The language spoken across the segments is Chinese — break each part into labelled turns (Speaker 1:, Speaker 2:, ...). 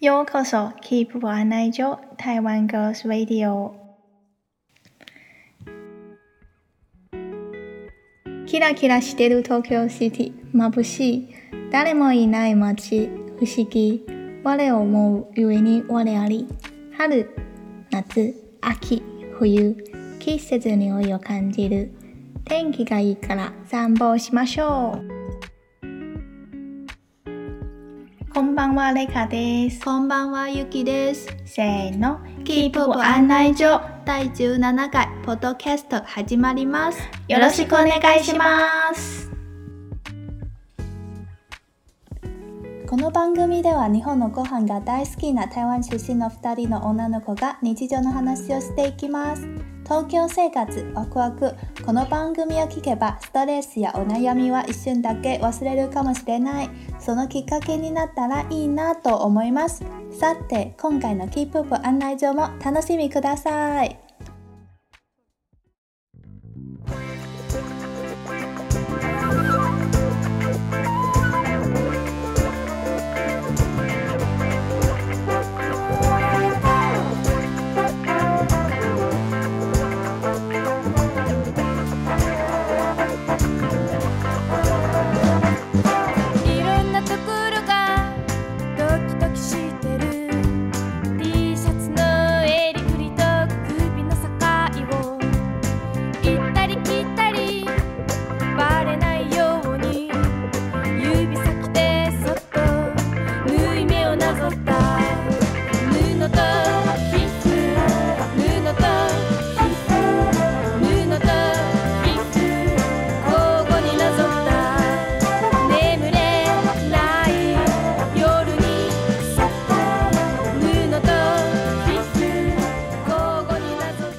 Speaker 1: ようこそ Keep ご案内所台湾 Girls Radio。キラキラしてる東京シティ、眩しい。誰もいない街、不思議。我を思うゆえに我あり。春、夏、秋、冬。季節に老いを感じる。天気がいいから散歩をしましょう。こんばんは、レカです。
Speaker 2: こんばんは、ゆきです。
Speaker 1: せーの、
Speaker 2: Keep
Speaker 1: ご案内所。
Speaker 2: 第17回、ポッドキャスト始まります。
Speaker 1: よろしくお願いします。
Speaker 2: この番組では日本のご飯が大好きな台湾出身の2人の女の子が日常の話をしていきます。東京生活ワクワクこの番組を聞けばストレスやお悩みは一瞬だけ忘れるかもしれないそのきっかけになったらいいなと思いますさて今回のキープップ案内状も楽しみください
Speaker 3: いろんなところがドキドキしてる T シャツの襟ぐりと首の境を行ったり来たりバレないように指先でそっと縫い目をなぞった布と皮膚布と皮膚布と皮膚交互になぞった眠れない夜にそっと布と皮膚交互になぞっ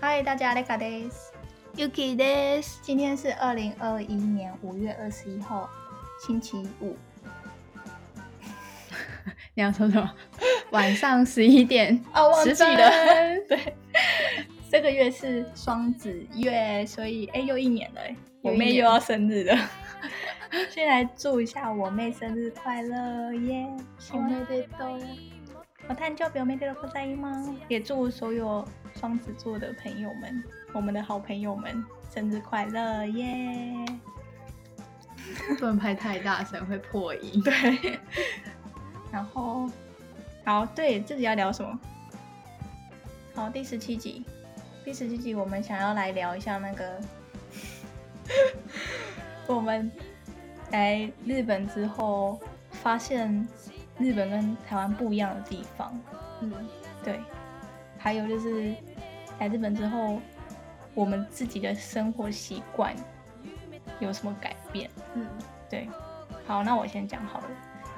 Speaker 3: た
Speaker 1: 嗨，大家 Leka です。
Speaker 2: ゆきです
Speaker 1: 今天是二零二一年五月二十一号，星期五。
Speaker 4: 你要说什么？晚上十一点
Speaker 1: 哦忘记
Speaker 4: 十几
Speaker 1: 了
Speaker 4: 的，对，这个月是双子月，所以哎，又一年了哎，我
Speaker 1: 又一
Speaker 4: 妹
Speaker 1: 年
Speaker 4: 又要生 日了。
Speaker 1: 先来祝一下我妹生日快乐耶！希望
Speaker 4: 对
Speaker 1: 我誕生日おめでとうございます，也祝所有双子座的朋友们，我们的好朋友们生日快乐耶！
Speaker 4: 不能拍太大声，会破音。
Speaker 1: 对，然后，好，对自己要聊什么？好，第十七集，第十七集我们想要来聊一下那个，我们来日本之后发现日本跟台湾不一样的地方，
Speaker 4: 嗯，
Speaker 1: 对，还有就是来日本之后我们自己的生活习惯有什么改变？
Speaker 4: 嗯，
Speaker 1: 对，好，那我先讲好了。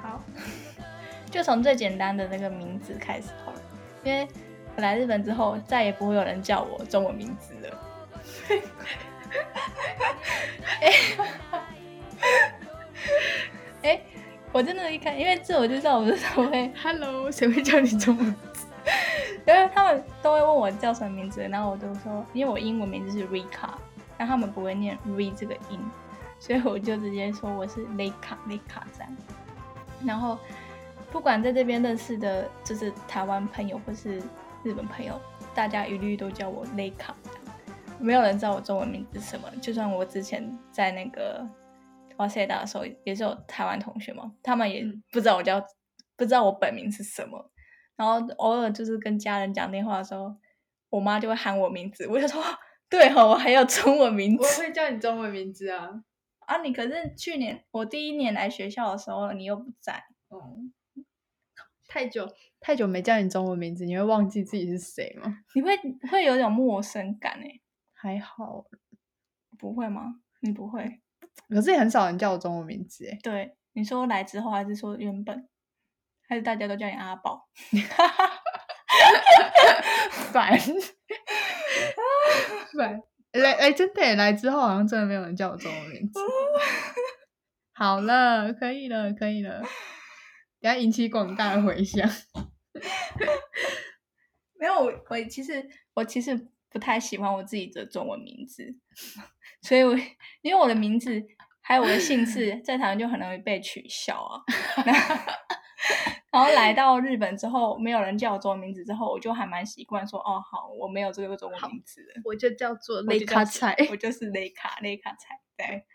Speaker 4: 好，
Speaker 1: 就从最简单的那个名字开始好了，因为我来日本之后再也不会有人叫我中文名字了。 哎、哎，我真的，一看，因为自我介绍，我是我会，
Speaker 4: Hello，谁会叫你中文？
Speaker 1: 因为他们都会问我叫什么名字，然后我都说，因为我英文名字是 Rika，但他们不会念 Re 这个音，所以我就直接说我是 Leka Leka 这样。然后不管在这边认识的，就是台湾朋友或是日本朋友，大家一律都叫我 Leka，没有人知道我中文名字是什么。就算我之前在那个哇塞大的时候，也是有台湾同学嘛，他们也
Speaker 4: 嗯
Speaker 1: 不知道我叫，不知道我本名是什么。然后偶尔就是跟家人讲电话的时候，我妈就会喊我名字，我就说对哦，我还有中文名字。
Speaker 4: 会叫你中文名字啊。
Speaker 1: 啊，你可是去年我第一年来学校的时候，你又不在，
Speaker 4: 太久太久没叫你中文名字，你会忘记自己是谁吗？
Speaker 1: 你会会有一种陌生感诶、
Speaker 4: 还好，
Speaker 1: 不会吗？你不会？
Speaker 4: 可是也很少人叫我中文名字哎。
Speaker 1: 对，你说来之后还是说原本，还是大家都叫你阿宝？
Speaker 4: 烦，烦。来来，真的耶来之后好像真的没有人叫我中文名 字。好了，可以了，可以了，等一下引起广大的回响。
Speaker 1: 没有，我我其实我其实不太喜欢我自己的中文名字， 所以我因为我的名 字还有我的姓氏在台湾就很容易被取笑啊。然后来到日本之后，没有人叫我中文名字之后，我就还蛮习惯说哦，好，我没有这个中文名字了。
Speaker 4: 我就叫做
Speaker 1: 我
Speaker 4: 雷
Speaker 1: 就叫
Speaker 4: 卡菜，
Speaker 1: 我就是雷卡雷卡菜。对，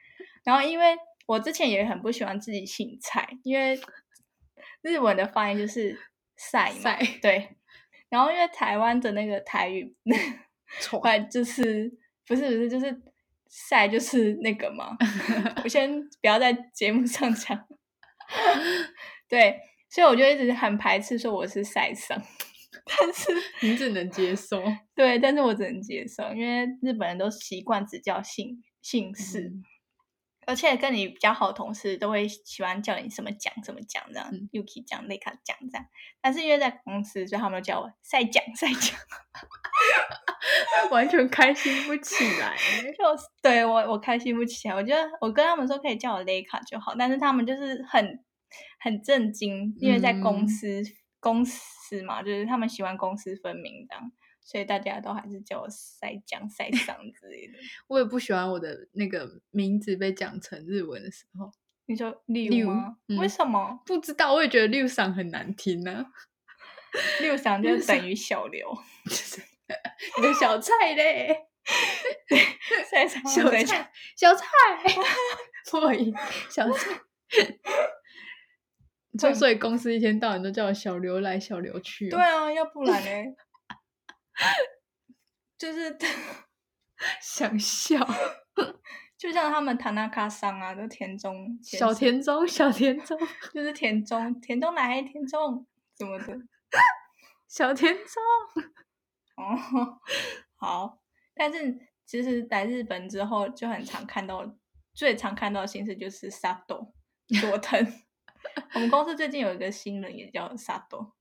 Speaker 1: 然后因为我之前也很不喜欢自己姓蔡，因为日文的发音 就是赛嘛，
Speaker 4: 菜
Speaker 1: 对。然后因为台湾的那个台语，
Speaker 4: 错
Speaker 1: 快就是不是不是就是赛就是那个嘛， 我先不要在节目上讲。 对，所以我就一直很排斥说我是赛上，但是
Speaker 4: 你只能接受。嗯
Speaker 1: 对，但是我只能接受，因为日本人都习惯只叫姓姓氏，
Speaker 4: 嗯
Speaker 1: 而且跟你比较好的同事都会喜欢叫你什么奖什么奖这样、
Speaker 4: 嗯
Speaker 1: y u k i 奖、内卡奖这样。但是因为在公司，所以他们都叫我赛 奖赛奖。
Speaker 4: 完全开心不起来。
Speaker 1: 就是对我我开心不起来，我觉得我跟他们说可以叫我 Leica 就好，但是他们就是很很震惊，因为在公
Speaker 4: 嗯
Speaker 1: 司、公司嘛，就是他们喜欢公私分明这样，所以大家都还是叫我赛奖赛上之类的。
Speaker 4: 我也不喜欢我的那个名字被讲成日文的时候，
Speaker 1: 你 说六
Speaker 4: 六
Speaker 1: 吗？
Speaker 4: 嗯
Speaker 1: 为什么
Speaker 4: 不知道，我也觉得六嗓很难听啊呢、
Speaker 1: 六想就
Speaker 4: 六
Speaker 1: 等于小刘，
Speaker 4: 你的小菜嘞，
Speaker 1: 赛上
Speaker 4: 小
Speaker 1: 等于
Speaker 4: 菜，小菜，破音，小菜。 就所以公司一天到晚都叫我小刘来小刘去、哦
Speaker 1: 对，啊，要不然呢？ 就是
Speaker 4: 想笑。
Speaker 1: 就像他们塔纳卡桑啊，就田中先
Speaker 4: 小
Speaker 1: 生
Speaker 4: 田中，小田中，
Speaker 1: 就是田中，田中来，田中怎么的？
Speaker 4: 小 田中。
Speaker 1: 哦，好。但是其实来日本之后，就很常看到，最常看到的姓氏就是 Sato 佐藤。 我们公司最近有一个新人也叫 Sato，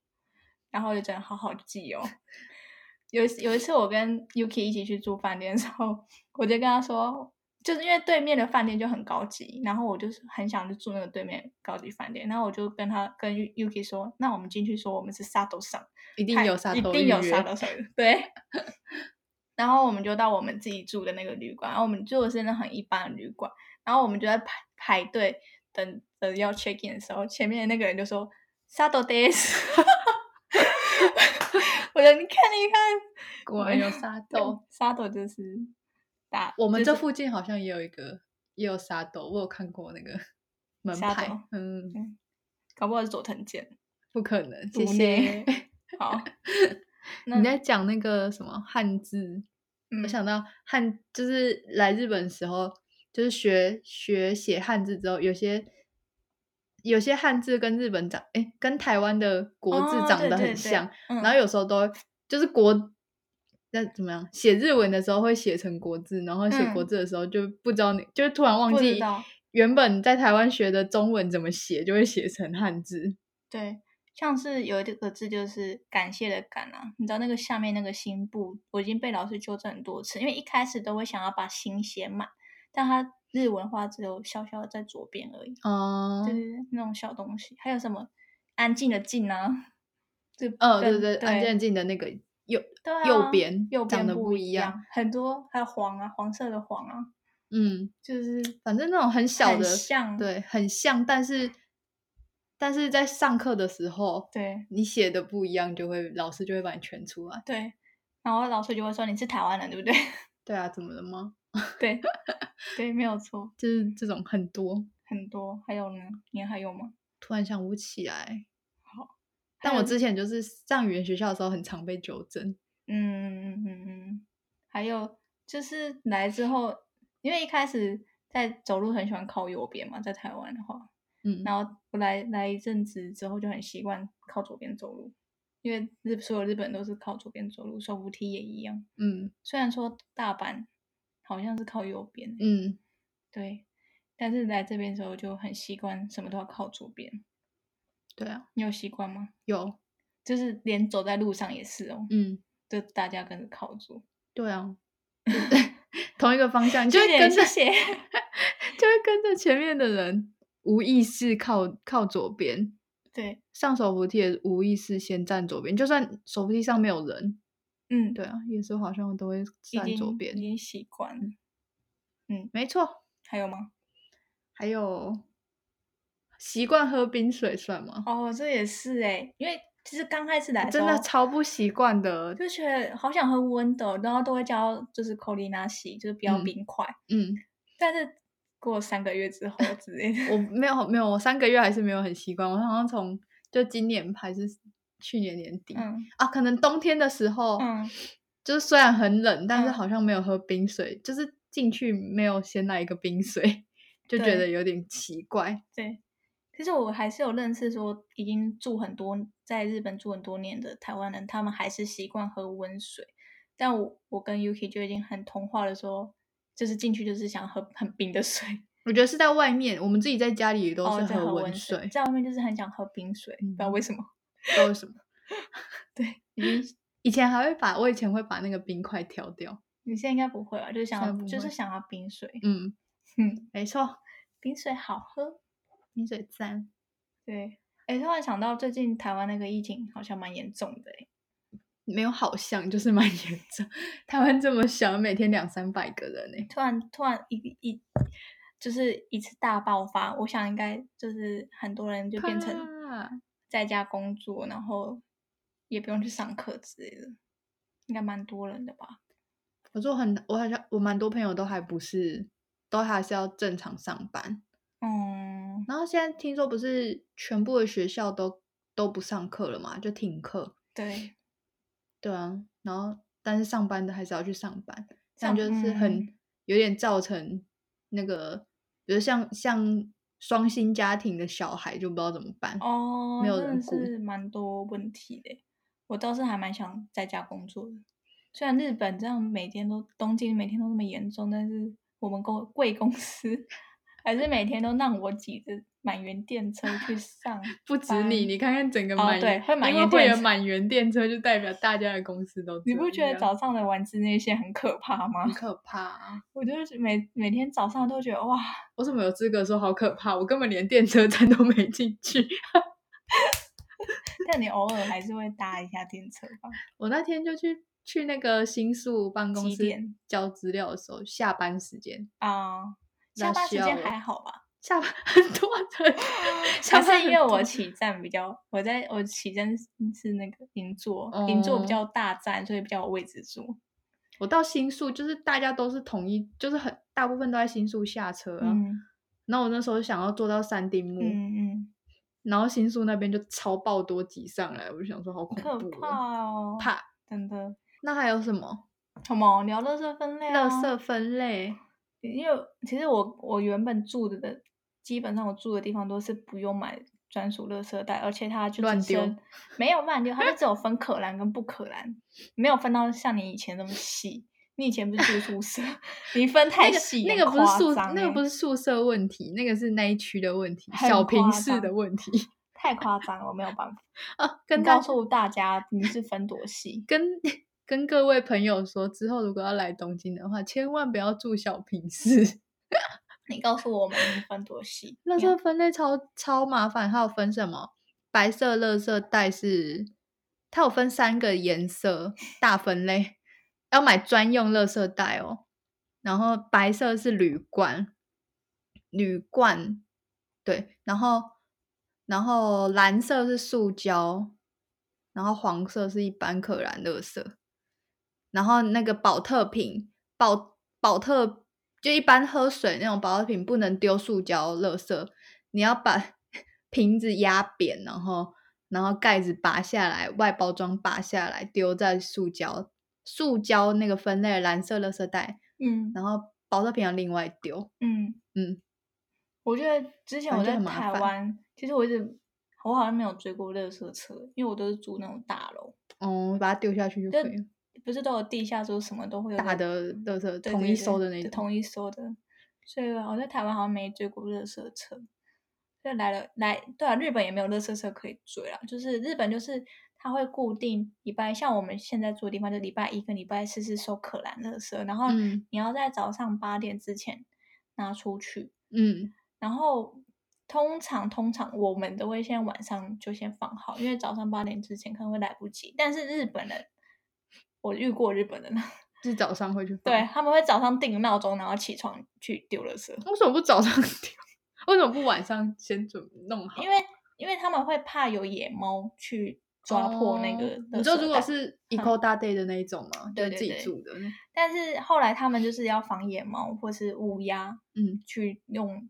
Speaker 1: 然后我就觉得好好记哦。有一次有一次我跟 Yuki 一起去住饭店的时候，我就跟他说，就是因为对面的饭店就很高级，然后我就是很想去住那个对面高级饭店，然后我就跟他跟 Yuki 说，那我们进去说我们是 Sato 上。
Speaker 4: 一定
Speaker 1: 太
Speaker 4: 有沙
Speaker 1: 一
Speaker 4: 头
Speaker 1: 定
Speaker 4: 预
Speaker 1: 有
Speaker 4: 约
Speaker 1: 杀头手的，对。 然后我们就到我们自己住的那个旅馆，然后我们住的是那很一般的旅馆，然后我们就在排排队等等要 check in 的时候，前面的那个人就说 “Saturdays”，我说你看你看，
Speaker 4: 果然有沙豆。
Speaker 1: ，Satur 就是打
Speaker 4: 我们
Speaker 1: 就
Speaker 4: 这
Speaker 1: 是
Speaker 4: 附近好像也有一个，也有沙斗，我有看过那个 门
Speaker 1: 沙
Speaker 4: 牌
Speaker 1: 斗，
Speaker 4: 嗯，
Speaker 1: 搞不好是佐藤健，
Speaker 4: 不可能，
Speaker 1: 毒
Speaker 4: 谢谢
Speaker 1: 内。好，那
Speaker 4: 你在讲那个什么汉字，
Speaker 1: 嗯
Speaker 4: 我想到汉就是来日本时候，就是学学写汉字之后，有些有些汉字跟日本长，哎，跟台湾的国字
Speaker 1: 哦
Speaker 4: 长
Speaker 1: 对
Speaker 4: 得
Speaker 1: 对对
Speaker 4: 很像，
Speaker 1: 嗯
Speaker 4: 然后有时候都会就是国。那怎么样？写日文的时候会写成国字，然后写国
Speaker 1: 嗯
Speaker 4: 字的时候就不知道你，就是突然忘
Speaker 1: 不知
Speaker 4: 记
Speaker 1: 道
Speaker 4: 原本在台湾学的中文怎么写，就会写成汉字。
Speaker 1: 对，像是有一个字就是感谢的感啊，你知道那个下面那个心部，我已经被老师纠正很多次，因为一开始都会想要把心写满，但它日文话只有小小的在左边而已，
Speaker 4: 哦
Speaker 1: 对对对，那种小东西，还有什么安静的静啊，这
Speaker 4: 哦，对
Speaker 1: 跟
Speaker 4: 对，
Speaker 1: 对
Speaker 4: 安建进的那个右，
Speaker 1: 对啊
Speaker 4: 右边
Speaker 1: 右
Speaker 4: 长
Speaker 1: 边
Speaker 4: 得不一
Speaker 1: 一
Speaker 4: 样，
Speaker 1: 很多还有黄啊，黄色的黄啊，
Speaker 4: 嗯，
Speaker 1: 就是
Speaker 4: 反正那种很小
Speaker 1: 很
Speaker 4: 的，
Speaker 1: 像
Speaker 4: 对，很像，但是但是在上课的时候，
Speaker 1: 对
Speaker 4: 你写的不一样，就会老师就会把你圈出来。
Speaker 1: 对，然后老师就会说你是台湾人对不对？
Speaker 4: 对啊，怎么了吗？
Speaker 1: 对 对，没有错，
Speaker 4: 就是这种很多，
Speaker 1: 很多，还有呢，你还有吗？
Speaker 4: 突然想不起来。
Speaker 1: 好，
Speaker 4: 但
Speaker 1: 还
Speaker 4: 我
Speaker 1: 有
Speaker 4: 之前就是上语言学校的时候，很常被纠正。
Speaker 1: 嗯嗯嗯嗯，还有就是来之后，因为一开始在走路很喜欢靠右边嘛，在台湾的话，
Speaker 4: 嗯，
Speaker 1: 然后我来来一阵子之后就很习惯靠左边走路，因为日所有日本人都是靠左边走路，手扶梯也一样。
Speaker 4: 嗯
Speaker 1: 虽然说大阪好像是靠右边，
Speaker 4: 嗯，
Speaker 1: 对，但是来这边之后就很习惯什么都要靠左边。
Speaker 4: 对啊，
Speaker 1: 你有习惯吗？
Speaker 4: 有，
Speaker 1: 就是连走在路上也是哦，
Speaker 4: 嗯。
Speaker 1: 就大家跟着靠左。
Speaker 4: 对啊， 同一个方向，你就
Speaker 1: 这
Speaker 4: 会
Speaker 1: 点
Speaker 4: 跟着，
Speaker 1: 谢 谢
Speaker 4: 就会跟着前面的人无意识靠靠左边，
Speaker 1: 对，
Speaker 4: 上手扶梯也是无意识先站左边，就算手扶梯上没有人，
Speaker 1: 嗯，
Speaker 4: 对啊，有时候好像都会
Speaker 1: 已
Speaker 4: 站左
Speaker 1: 经
Speaker 4: 边
Speaker 1: 已，经习惯了。
Speaker 4: 没错。
Speaker 1: 还有吗？
Speaker 4: 还有习惯喝冰水算吗？
Speaker 1: 哦，这也是哎、因为其实刚开始来的时
Speaker 4: 真的
Speaker 1: 候
Speaker 4: 超不习惯的。
Speaker 1: 就觉得好想喝温的，哦然后都会叫就是口里拿洗，就是不要
Speaker 4: 嗯
Speaker 1: 冰块。
Speaker 4: 嗯，
Speaker 1: 但是过了三个月之后之类 的，
Speaker 4: 我没有没有，我三个月还是没有很习惯。我好像从就今年还是去年年底、
Speaker 1: 嗯
Speaker 4: 啊，可能冬天的时候，
Speaker 1: 嗯，
Speaker 4: 就是虽然很冷，但是
Speaker 1: 嗯
Speaker 4: 好像没有喝冰水，就是进去没有先来一个冰水，就觉
Speaker 1: 对
Speaker 4: 得有点奇怪。
Speaker 1: 对。其实我还是有认识说，已经住很多在日本住很多年的台湾人，他们还是习惯喝温水。但我我跟 Yuki 就已经很同化了说就是进去就是想喝很冰的水，
Speaker 4: 我觉得是在外面，我们自己在家里也都
Speaker 1: 哦，
Speaker 4: 是
Speaker 1: 在
Speaker 4: 喝
Speaker 1: 喝
Speaker 4: 温
Speaker 1: 温
Speaker 4: 水，
Speaker 1: 在外面就是很想喝冰水，不知道
Speaker 4: 嗯
Speaker 1: 为什么。
Speaker 4: 不知道为什么。
Speaker 1: 对，
Speaker 4: 已经以前还会把，我以前会把那个冰块挑掉。
Speaker 1: 你现在应该不会吧？就是想
Speaker 4: 现在
Speaker 1: 要
Speaker 4: 不
Speaker 1: 就是
Speaker 4: 会
Speaker 1: 想要冰水，
Speaker 4: 嗯，
Speaker 1: 嗯，
Speaker 4: 没错，
Speaker 1: 冰水好喝。
Speaker 4: 冰水赞。
Speaker 1: 对，哎，突然想到最近台湾那个疫情好像蛮严重的诶，
Speaker 4: 没有好像，就是蛮 严重。台湾这么小，每天两三百个人呢、欸
Speaker 1: 突然突然一一就是一次大爆发，我想应该就是很多人就变成
Speaker 4: 怕
Speaker 1: 在家工作，然后也不用去上课之类的，应该蛮多人的吧？
Speaker 4: 我说很，我好像我蛮多朋友都还不是，都还是要正常上班。
Speaker 1: 嗯，
Speaker 4: 然后现在听说不是全部的学校都都不上课了嘛，就停课。
Speaker 1: 对，
Speaker 4: 对啊，然后但是上班的还是要去上班，这
Speaker 1: 上
Speaker 4: 样就是很、
Speaker 1: 嗯
Speaker 4: 有点造成那个，比如像像双薪家庭的小孩就不知道怎么办。
Speaker 1: 哦，
Speaker 4: 没有
Speaker 1: 真的
Speaker 4: 人顾
Speaker 1: 是蛮多问题的耶。我倒是还蛮想在家工作的，虽然日本这样每天都东京每天都那么严重，但是我们公贵公司 还是每天都让我挤着满员电车去上。
Speaker 4: 不止你，
Speaker 1: 班
Speaker 4: 你看看整个
Speaker 1: 哦
Speaker 4: 满、
Speaker 1: 对会满
Speaker 4: 因为
Speaker 1: 员
Speaker 4: 会
Speaker 1: 电
Speaker 4: 有
Speaker 1: 车
Speaker 4: 满员电车，就代表大家的公司都
Speaker 1: 你不
Speaker 4: 这
Speaker 1: 觉得
Speaker 4: 样
Speaker 1: 早上的晚自那些很可怕吗
Speaker 4: 很？可怕、啊？
Speaker 1: 我就是每每天早上都觉得哇，
Speaker 4: 我怎么有资格说好可怕？我根本连电车站都没进去。
Speaker 1: 但你偶尔还是会搭一下电车吧。
Speaker 4: 我那天就去去那个新宿办公
Speaker 1: 几
Speaker 4: 室
Speaker 1: 点
Speaker 4: 交资料的时候，下班时间，
Speaker 1: 啊、下
Speaker 4: 那
Speaker 1: 班时
Speaker 4: 需要
Speaker 1: 间
Speaker 4: 我
Speaker 1: 还好吧？
Speaker 4: 下班 很多人，下
Speaker 1: 哦还
Speaker 4: 班
Speaker 1: 是因
Speaker 4: 很
Speaker 1: 为
Speaker 4: 多
Speaker 1: 我
Speaker 4: 人
Speaker 1: 起站比较，我在我起站是是那个银座，银、座比
Speaker 4: 哦
Speaker 1: 较大站，所以比较有位置坐。
Speaker 4: 我到新宿就是大家都是统一，就是很大部分都在新宿下车啊。
Speaker 1: 嗯
Speaker 4: 然后我那时候想要坐到三丁目，
Speaker 1: 嗯嗯，
Speaker 4: 然后新宿那边就超爆多挤上来，我就想说好恐
Speaker 1: 可
Speaker 4: 怖、哦，
Speaker 1: 怕哦，
Speaker 4: 怕。
Speaker 1: 真的。
Speaker 4: 那还有什么？
Speaker 1: 什么？聊垃圾分类、啊？
Speaker 4: 垃圾分类，
Speaker 1: 因为其实我我原本住的的，基本上我住的地方都是不用买专属垃圾袋，而且它就只
Speaker 4: 乱丢
Speaker 1: 剩，没有乱丢，它就只有分可燃跟不可燃，没有分到像你以前那么细。你以前不是住宿舍，你分太细、
Speaker 4: 那
Speaker 1: 很
Speaker 4: 个那个不是
Speaker 1: 夸
Speaker 4: 宿，
Speaker 1: 张
Speaker 4: 那个
Speaker 1: 欸
Speaker 4: 不是宿舍问题，那个是那一区的问题，
Speaker 1: 很
Speaker 4: 小平
Speaker 1: 夸
Speaker 4: 市的
Speaker 1: 张
Speaker 4: 问题
Speaker 1: 太夸张了，我没有办法。
Speaker 4: 啊。
Speaker 1: 跟
Speaker 4: 跟大，
Speaker 1: 告诉大家你是分多细
Speaker 4: 跟 跟各位朋友说，之后如果要来东京的话，千万不要住小平市。
Speaker 1: 你告诉我们你分多细。
Speaker 4: 垃
Speaker 1: 你要
Speaker 4: 圾分类超超麻烦，它有分什么？白色垃圾袋是，它有分三个颜色大分类，要买专用垃圾袋哦。然后白色是铝罐，铝罐对，然后然后蓝色是塑胶，然后黄色是一般可燃垃圾，然后那个保特瓶保保特就一般喝水那种保特瓶不能丢塑胶垃圾，你要把 瓶子压扁，然后然后盖子拔下来，外包装拔下来，丢在塑胶塑胶那个分类的蓝色垃圾袋，
Speaker 1: 嗯
Speaker 4: 然后保特瓶要另外丢。
Speaker 1: 嗯
Speaker 4: 嗯，
Speaker 1: 我觉得之前
Speaker 4: 反
Speaker 1: 我
Speaker 4: 正
Speaker 1: 在
Speaker 4: 就很麻
Speaker 1: 台
Speaker 4: 烦
Speaker 1: 湾，其实我一直我好像没有追过垃圾车，因为我都是住那种大楼，
Speaker 4: 哦，把它丢下去就
Speaker 1: 就
Speaker 4: 可以了。
Speaker 1: 不是都有地下室什么都会有个
Speaker 4: 大的垃圾
Speaker 1: 对
Speaker 4: 统
Speaker 1: 对
Speaker 4: 一
Speaker 1: 对
Speaker 4: 收的那
Speaker 1: 对
Speaker 4: 种
Speaker 1: 统一收的。所以我在台湾好像没追过垃圾车，所以来了来对啊，日本也没有垃圾车可以追啦。就是日本就是它会固定礼拜，像我们现在住的地方，就礼拜一跟礼拜四是收可燃垃圾，然后
Speaker 4: 嗯
Speaker 1: 你要在早上八点之前拿出去，
Speaker 4: 嗯，
Speaker 1: 然后。通常通常我们都会先晚上就先放好，因为早上八点之前可能会来不及。但是日本人，我遇过日 本人，
Speaker 4: 是早上会去放。
Speaker 1: 对，他们会早上定闹钟，然后起床去丢垃圾。
Speaker 4: 为什么不早上丢？ 为什么不晚上先准弄好？
Speaker 1: 因为因为他们会怕有野猫去抓破那个、
Speaker 4: 哦你说如果， 是 Eco 大 day 的那一种嘛，就
Speaker 1: 对
Speaker 4: 是
Speaker 1: 对
Speaker 4: 自己
Speaker 1: 对
Speaker 4: 住的那，
Speaker 1: 但是后来他们就是要防野猫或是乌鸦
Speaker 4: 嗯，
Speaker 1: 去用，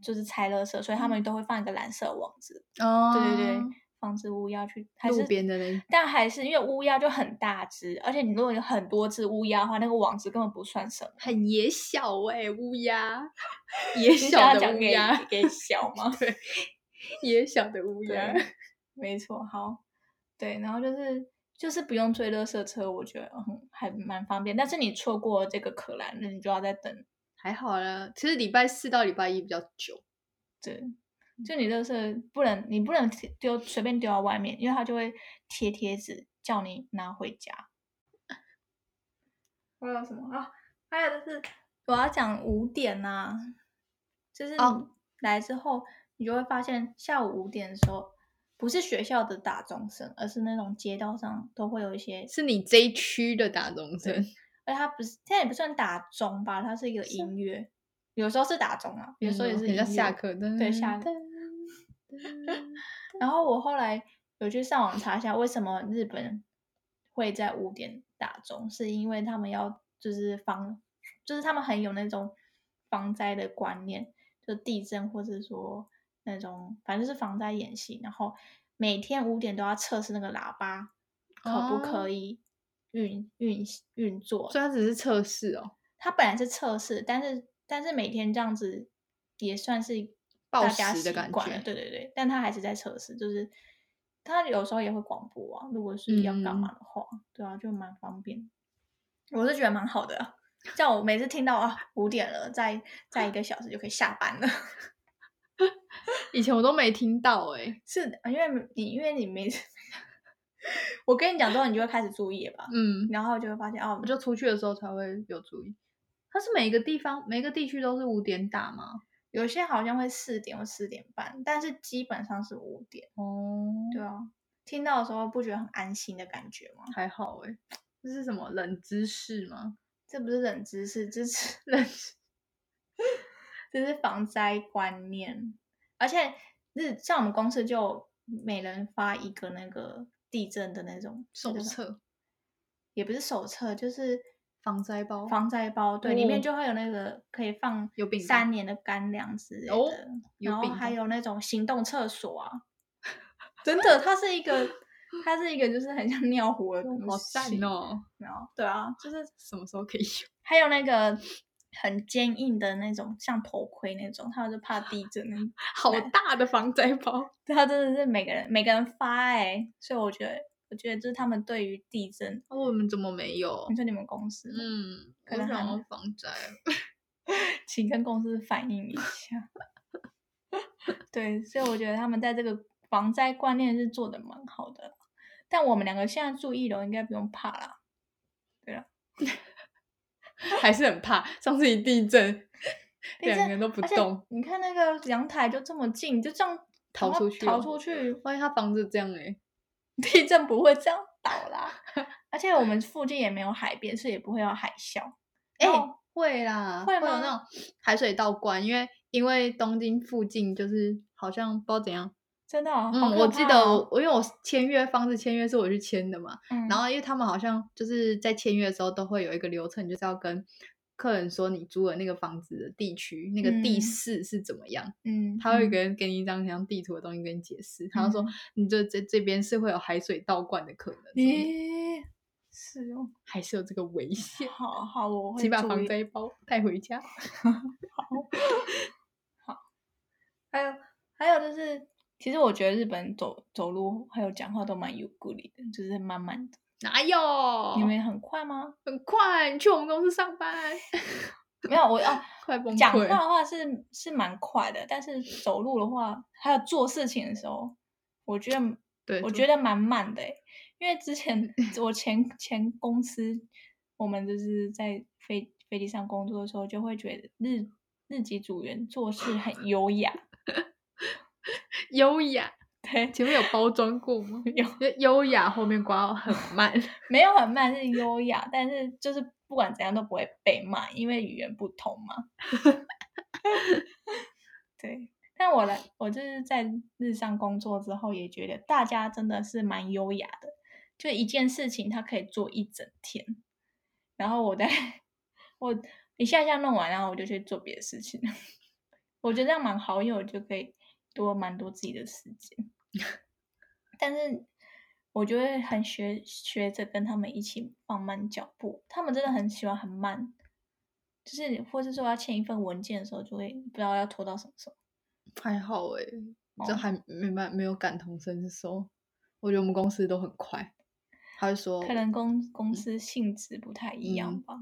Speaker 1: 就是拆垃圾，所以他们都会放一个蓝色网子，
Speaker 4: 哦，
Speaker 1: 对对对，防止乌鸦去还是
Speaker 4: 路边的那
Speaker 1: 但还是因为乌鸦就很大只，而且你如果有很多只乌鸦的话，那个网子根本不算什么。
Speaker 4: 很野小哎、乌鸦， 野
Speaker 1: 你想
Speaker 4: 小
Speaker 1: 要
Speaker 4: 的
Speaker 1: 讲
Speaker 4: 乌
Speaker 1: 给
Speaker 4: 鸦，
Speaker 1: 给小 吗？
Speaker 4: 对，野小的乌鸦，
Speaker 1: 对，没错，好，对，然后就是就是不用追垃圾车，我觉得很还蛮方便。但是你错过这个可兰日，你就要再等，
Speaker 4: 还好啦。其实礼拜四到礼拜一比较久，
Speaker 1: 对，就你垃圾不能你不能贴丢随便丢到外面，因为它就会贴贴纸叫你拿回家。还有什么啊？还有就是我要讲五点呐、就是
Speaker 4: 哦
Speaker 1: 来之后，你就会发现下午五点的时候，不是学校的打钟声，而是那种街道上都会有一些，
Speaker 4: 是你这一区的打钟声，
Speaker 1: 而它不是现在也不算打钟吧，它是一个音乐，有时候是打钟啊，有时候也是
Speaker 4: 人
Speaker 1: 音
Speaker 4: 家
Speaker 1: 乐。
Speaker 4: 下课的，
Speaker 1: 对下
Speaker 4: 课
Speaker 1: 课。 然后我后来有去上网查一下，为什么日本会在五点打钟，是因为他们要就是防，就是他们很有那种防灾的观念，就地震或是说那种反正就是防灾演习，然后每天五点都要测试那个喇叭可不
Speaker 4: 哦
Speaker 1: 可以运、运运作，
Speaker 4: 所以它只是测试哦，
Speaker 1: 它本来是测试，但是但是每天这样子也算是
Speaker 4: 报
Speaker 1: 大家
Speaker 4: 时的
Speaker 1: 习
Speaker 4: 感
Speaker 1: 惯
Speaker 4: 觉
Speaker 1: 了对对对，但它还是在测试，就是它有时候也会广播啊，如果是要干
Speaker 4: 嗯
Speaker 1: 嘛的话，对啊，就蛮方便。我是觉得蛮好的啊、这样我每次听到啊五点了，再再一个小时就可以下班了。
Speaker 4: 以前我都没听到哎、
Speaker 1: 是的，因为你因为你没， 我跟你讲之后，你就会开始注意了吧，
Speaker 4: 嗯，
Speaker 1: 然后就会发现哦
Speaker 4: 我，就出去的时候才会有注意。它是每个地方每个地区都是五点打吗？
Speaker 1: 有些好像会四点或四点半，但是基本上是五点。
Speaker 4: 哦，
Speaker 1: 对啊，听到的时候不觉得很安心的感觉吗？
Speaker 4: 还好哎、这是什么冷知识吗？
Speaker 1: 这不是冷知识，这是
Speaker 4: 冷知
Speaker 1: 这是防灾观念。而且日像我们公司就每人发一个那个地震的那种
Speaker 4: 手，
Speaker 1: 那个叫什么
Speaker 4: 册、
Speaker 1: 也不是手册，就是
Speaker 4: 防灾包
Speaker 1: 防灾包，对，里
Speaker 4: 哦
Speaker 1: 面就会有那个可以放
Speaker 4: 有饼干
Speaker 1: 三年的干粮之类的，
Speaker 4: 哦有
Speaker 1: 然后
Speaker 4: 饼
Speaker 1: 还
Speaker 4: 干
Speaker 1: 有那种行动厕所啊， 真的，它是一个。它是一个就是很像 尿壶的东西，
Speaker 4: 好赞！哦！
Speaker 1: 然后对啊，就是
Speaker 4: 什么时候 可以用？
Speaker 1: 还有那个很坚硬的那种，像头盔那种，他就怕地震那种。
Speaker 4: 好大的防灾 包，
Speaker 1: 他真的是每个人每个人发哎、所以我觉得，我觉得就是他们对于地震，
Speaker 4: 那哦我们怎么没有
Speaker 1: 你？说你们公司，，
Speaker 4: 嗯，
Speaker 1: 可
Speaker 4: 我
Speaker 1: 能
Speaker 4: 想
Speaker 1: 还
Speaker 4: 要
Speaker 1: 没
Speaker 4: 防灾，
Speaker 1: 请跟公司反映一下。 对，所以我觉得他们在这个防灾观念是做的蛮好的，但我们两个现在住一楼，应该不用怕啦。
Speaker 4: 还是很怕。上次一地 震，
Speaker 1: 地
Speaker 4: 两
Speaker 1: 震
Speaker 4: 个人都不
Speaker 1: 而且
Speaker 4: 动，
Speaker 1: 你看那个阳台就这么近，就这样
Speaker 4: 逃
Speaker 1: 赶快
Speaker 4: 出去
Speaker 1: 逃
Speaker 4: 哦
Speaker 1: 出去，
Speaker 4: 万一他房子这样哎、
Speaker 1: 地震不会这样倒啦，而且我们附近也没有海边，所以也不会有海啸。
Speaker 4: 哎、
Speaker 1: 然后
Speaker 4: 会啦，
Speaker 1: 会
Speaker 4: 有
Speaker 1: 吗
Speaker 4: 那种海水倒灌，因为因为东京附近就是好像不知道怎样，
Speaker 1: 真的、哦，好
Speaker 4: 嗯，
Speaker 1: 可
Speaker 4: 我记
Speaker 1: 怕
Speaker 4: 得
Speaker 1: 哦
Speaker 4: 我我因为我签约方式签约是我去签的嘛，
Speaker 1: 嗯、
Speaker 4: 然后因为他们好像就是在签约的时候都会有一个流程，就是要跟客人说你租的那个房子的地区那个地
Speaker 1: 嗯
Speaker 4: 势是怎么样，
Speaker 1: 嗯，
Speaker 4: 他会
Speaker 1: 嗯
Speaker 4: 给人给你一张像地图的东西跟你解释，然后说
Speaker 1: 嗯
Speaker 4: 你这这这边是会有海水倒灌的可能，什么
Speaker 1: 咦、是哦，
Speaker 4: 还是有这个危险，
Speaker 1: 好好，我会
Speaker 4: 请把
Speaker 1: 注
Speaker 4: 防
Speaker 1: 意
Speaker 4: 灾包带回家。
Speaker 1: 还有还有就是，其实我觉得日本走走路还有讲话都蛮有顾虑的，就是慢慢的。
Speaker 4: 哪有？
Speaker 1: 你们很快吗？
Speaker 4: 很快，你去我们公司上班，
Speaker 1: 没有， 我哦，
Speaker 4: 快崩
Speaker 1: 讲话
Speaker 4: 溃。
Speaker 1: 的话是是蛮快的，但是走路的话，还有做事情的时候，我觉得
Speaker 4: 对，
Speaker 1: 我
Speaker 4: 就
Speaker 1: 觉得蛮慢的欸、因为之 前我前前公司，我们就是在飞飞机上工作的时候，就会觉得日日籍组员做事很优雅，
Speaker 4: 优雅。
Speaker 1: 对，
Speaker 4: 前面有包装过吗？
Speaker 1: 有
Speaker 4: 就优雅后面刮很慢，
Speaker 1: 没有很慢是优雅，但是就是不管怎样都不会被骂，因为语言不通嘛。 对，但我来，我就是在日上工作之后，也觉得大家真的是蛮优雅的，就一件事情他可以做一整天。然后我在我一下下弄完，然后我就去做别的事情。 我觉得这样蛮好，因为我就可以多蛮多自己的时间。但是我就会很学学着跟他们一起放慢脚步，他们真的很喜欢很慢，就是或是说要签一份文件的时候，就会不知道要拖到什么时候。
Speaker 4: 还好哎、这
Speaker 1: 哦
Speaker 4: 还没办没有感同身受。我觉得我们公司都很快，他就说
Speaker 1: 可能公公司性质不太一样
Speaker 4: 嗯
Speaker 1: 吧。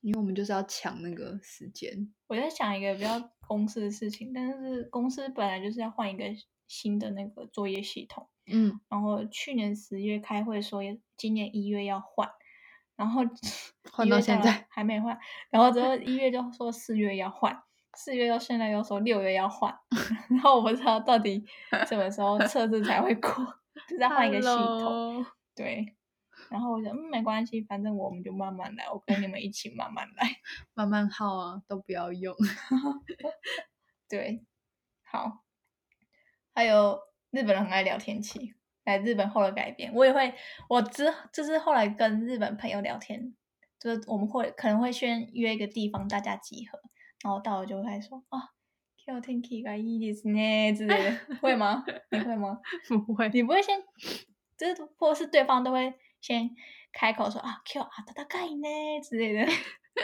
Speaker 4: 因为我们就是要抢那个时间，
Speaker 1: 我在想一个比较公司的事情，但是公司本来就是要换一个新的那个作业系统，
Speaker 4: 嗯，
Speaker 1: 然后去年十月开会说也今年一月要换，然 后
Speaker 4: 换
Speaker 1: 一
Speaker 4: 到
Speaker 1: 月
Speaker 4: 现
Speaker 1: 了
Speaker 4: 在
Speaker 1: 还没换，然后之后一月就说四月要换，四月到现在又说六月要换， 然后我不知道到底什么时候测试才会过， 就是要换一个系 统，
Speaker 4: Hello
Speaker 1: 对。然后我想，嗯，没关系，反正我们就慢慢来，我跟你们一起慢慢来。
Speaker 4: 慢慢耗啊，都不要用。
Speaker 1: 对，好，还有日本人很爱聊天气，来日本后的改变，我也会，我之就是后来跟日本朋友聊天，就是我们会可能会先约一个地方大家集合，然后到了就会说啊，今日天气がいいですね之类的，会吗？你会吗？
Speaker 4: 不会，
Speaker 1: 你不会先，就是或是对方都会先开口说啊，今日暖かいね之类的，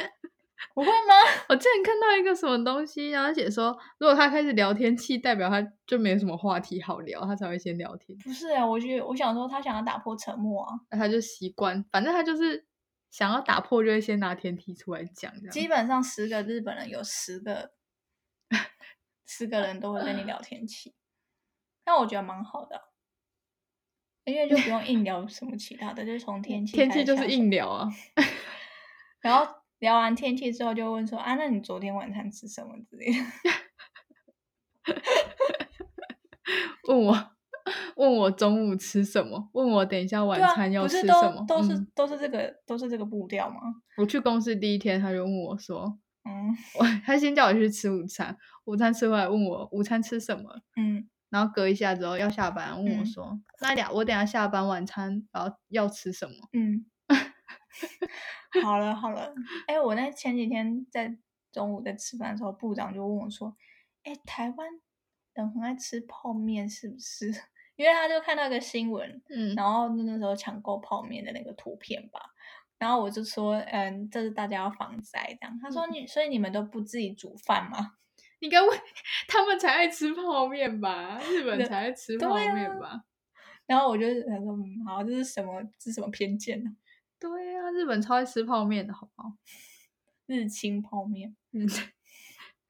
Speaker 1: 不会吗？
Speaker 4: 我之前看到一个什么东西，然后写说，如果他开始聊天气，代表他就没有什么话题好聊，他才会先聊天，
Speaker 1: 不是啊，我觉得我想说他想要打破沉默啊。
Speaker 4: 那他就习惯，反正他就是想要打破，就会先拿天梯出来讲，这
Speaker 1: 基
Speaker 4: 样
Speaker 1: 本上十个日本人有十个，十个人都会跟你聊天气，但我觉得蛮好的啊，因为就不用硬聊什么其他的，就是从天气
Speaker 4: 天
Speaker 1: 开
Speaker 4: 气
Speaker 1: 始
Speaker 4: 就
Speaker 1: 下
Speaker 4: 是
Speaker 1: 手
Speaker 4: 硬，聊啊，
Speaker 1: 然后聊完天气之后就问说啊，那你昨天晚餐吃什么之类的，
Speaker 4: 问我 问我中午吃什么，问我等一下晚
Speaker 1: 对啊
Speaker 4: 餐要
Speaker 1: 不
Speaker 4: 吃
Speaker 1: 是
Speaker 4: 什
Speaker 1: 都
Speaker 4: 么，
Speaker 1: 都是
Speaker 4: 嗯
Speaker 1: 都是这个都是这个步调吗？
Speaker 4: 我去公司第一天，他就问我说，
Speaker 1: 嗯
Speaker 4: 我他先叫我去吃午餐，午餐吃回来问我午餐吃什么，
Speaker 1: 嗯，
Speaker 4: 然后隔一下之后要下班，问我
Speaker 1: 嗯
Speaker 4: 说：“那俩我等下下班晚餐，然后要吃什么
Speaker 1: 嗯，好了好了，哎、我那前几天在中午在吃饭的时候，部长就问我说：“哎、台湾人很爱吃泡面是不是？” 因为他就看到一个新闻，？”
Speaker 4: 嗯，
Speaker 1: 然后那时候抢购泡面的那个图片吧，然后我就说：“嗯，这是大家要防灾这样。”他说：“你所以你们都不自己煮饭吗
Speaker 4: 你该问 他们才爱吃泡面吧？日本
Speaker 1: 对
Speaker 4: 才爱吃
Speaker 1: 对
Speaker 4: 泡
Speaker 1: 啊
Speaker 4: 面吧？？”
Speaker 1: 然后我就想说：“嗯，好，这是什么？这是什么偏见呢、
Speaker 4: 对啊，日本超爱吃泡面的，好不好？
Speaker 1: 日清泡面，
Speaker 4: 嗯，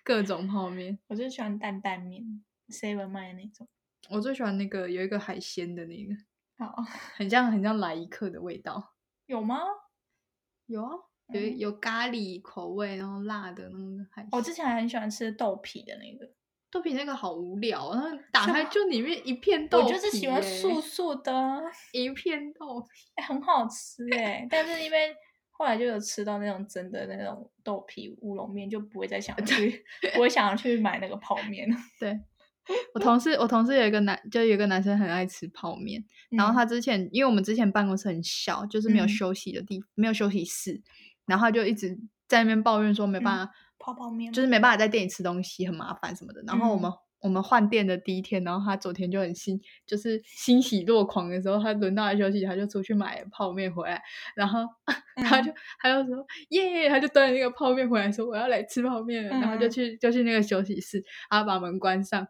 Speaker 4: 各种泡面，
Speaker 1: 我就喜欢担担面，seven 卖的那种。
Speaker 4: 我最喜欢那个有一个海鲜的那个，
Speaker 1: 好，
Speaker 4: 很像很像来一克的味道。
Speaker 1: 有吗？
Speaker 4: 嗯有啊，有
Speaker 1: 嗯
Speaker 4: 有咖喱口味，然后辣的那个海鲜。
Speaker 1: 我之前还很喜欢吃豆皮的那个，
Speaker 4: 豆皮那个好无聊哦，然后打
Speaker 1: 是
Speaker 4: 开
Speaker 1: 吗
Speaker 4: 就里面一片豆
Speaker 1: 我
Speaker 4: 皮耶、
Speaker 1: 就是喜欢素素的啊，
Speaker 4: 一片豆皮。
Speaker 1: 哎很好 吃哎、但是因为后来就有吃到那种真的那种豆皮乌龙面，就不会再 想要去，不会想要去买那个泡面了。
Speaker 4: 对， 我同事，我同事有一个男，就有一个男生很爱吃泡面。然后他
Speaker 1: 嗯
Speaker 4: 之前，因为我们之前办公室很小，就是没有
Speaker 1: 嗯
Speaker 4: 休息的地，没有休息室，然后他就一直在那边抱怨说没办法，
Speaker 1: 嗯泡泡面嗯
Speaker 4: 就是没办法在店里吃东西，很麻烦什么的。然后我们、我们换店的第一天，然后他昨天就很欣，就是欣喜若狂的时候，他轮到他休息，他就出去买泡面回来，然后
Speaker 1: 嗯
Speaker 4: 他就、他就说耶，他就端着那个泡面回来说我要来吃泡面了，然后就
Speaker 1: 嗯
Speaker 4: 去就去那个休息室，然后把门关上。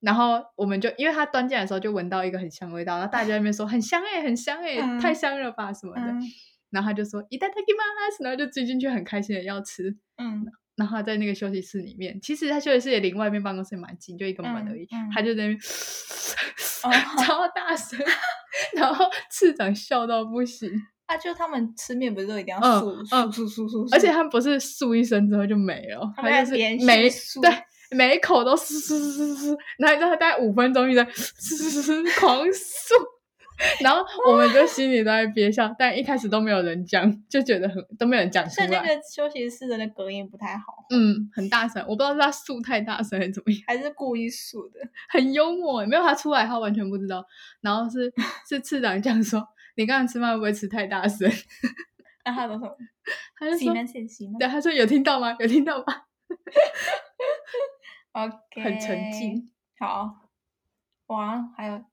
Speaker 4: 然后我们就，因为他端进来的时候就闻到一个很香的味道，然后大家在那边说很香哎、很香哎、
Speaker 1: 啊嗯
Speaker 4: 太香了吧什么的，
Speaker 1: 嗯
Speaker 4: 然后他就说いただきます，然后就追进去很开心的要吃，
Speaker 1: 嗯
Speaker 4: 然后他在那个休息室里面，其实他休息室也离外面办公室也蛮近，就一个门而已。
Speaker 1: 嗯嗯
Speaker 4: 他就在那边
Speaker 1: 哦
Speaker 4: 超 大声，然后市长笑到不行，
Speaker 1: 啊，就他们吃面不是都一定要
Speaker 4: 嗯
Speaker 1: 素
Speaker 4: 嗯
Speaker 1: 素素素素，
Speaker 4: 而且他不是漱一声之后就没了，
Speaker 1: 他们
Speaker 4: 他
Speaker 1: 还
Speaker 4: 就是
Speaker 1: 连续
Speaker 4: 每
Speaker 1: 漱
Speaker 4: 对每一口都漱漱漱漱漱，然后你知道他大概五分钟一直在漱漱漱漱狂漱，然后我们就心里都在憋笑，但一开始都没有人讲，就觉得很都没有人讲出
Speaker 1: 所以那
Speaker 4: 来。
Speaker 1: 个休息室的那隔音不太好，
Speaker 4: 嗯，很大声，我不知道是他速太大声还是怎么样，
Speaker 1: 还是故意数的。
Speaker 4: 很幽默。没有他出来，他完全不知道。然后是是次长讲说，你刚才吃饭会不会吃太大声？
Speaker 1: 那他都说
Speaker 4: 他就
Speaker 1: 喜
Speaker 4: 说，
Speaker 1: 欢信息吗
Speaker 4: 对，他说有听到吗？有听到吗？
Speaker 1: ？OK，
Speaker 4: 很沉静。
Speaker 1: 好，哇，还有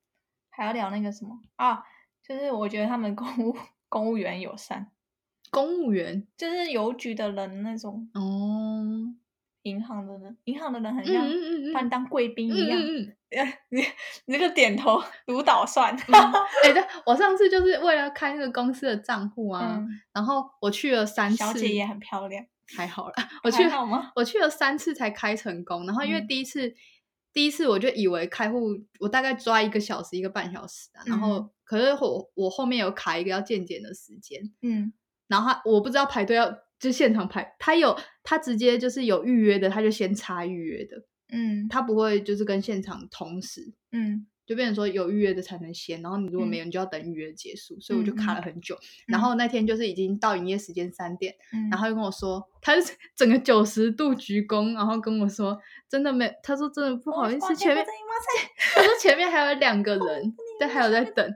Speaker 1: 还要聊那个什么啊？就是我觉得他们公务公务员友善，
Speaker 4: 公务员
Speaker 1: 就是邮局的人那种，
Speaker 4: 哦，嗯
Speaker 1: 银行的人，银行的人很像
Speaker 4: 嗯嗯嗯，
Speaker 1: 把你当贵宾一
Speaker 4: 嗯
Speaker 1: 样。
Speaker 4: 嗯嗯。
Speaker 1: 你你这个点头如捣蒜，
Speaker 4: 哎、对，我上次就是为了开那个公司的账户啊，
Speaker 1: 嗯，
Speaker 4: 然后我去了三次，
Speaker 1: 小姐也很漂亮，
Speaker 4: 还好啦，我去
Speaker 1: 还好 吗？
Speaker 4: 我去了三次才开成功，然后因为
Speaker 1: 嗯
Speaker 4: 第一次、第一次我就以为开户我大概抓一个小时一个半小时啊，然后、
Speaker 1: 嗯
Speaker 4: 可是我我后面有卡一个要健检的时间，
Speaker 1: 嗯，
Speaker 4: 然后他我不知道排队要就现场排，他有他直接就是有预约的，他就先插预约的，
Speaker 1: 嗯
Speaker 4: 他不会就是跟现场同时。
Speaker 1: 嗯
Speaker 4: 就变成说有预约的才能先，然后你如果没有，你就要等预约结束，
Speaker 1: 嗯
Speaker 4: 所以我就卡了很久。然后那天就是已经到营业时间三点，
Speaker 1: 嗯，
Speaker 4: 然后他就跟我说，他就 整个九十度鞠躬，然后跟我说，真的没，他说真的不
Speaker 1: 我
Speaker 4: 好意
Speaker 1: 发
Speaker 4: 思，
Speaker 1: 现
Speaker 4: 前
Speaker 1: 我
Speaker 4: 面
Speaker 1: 这一马赛
Speaker 4: 他说前面还有两个
Speaker 1: 哦
Speaker 4: 人，但还有在等。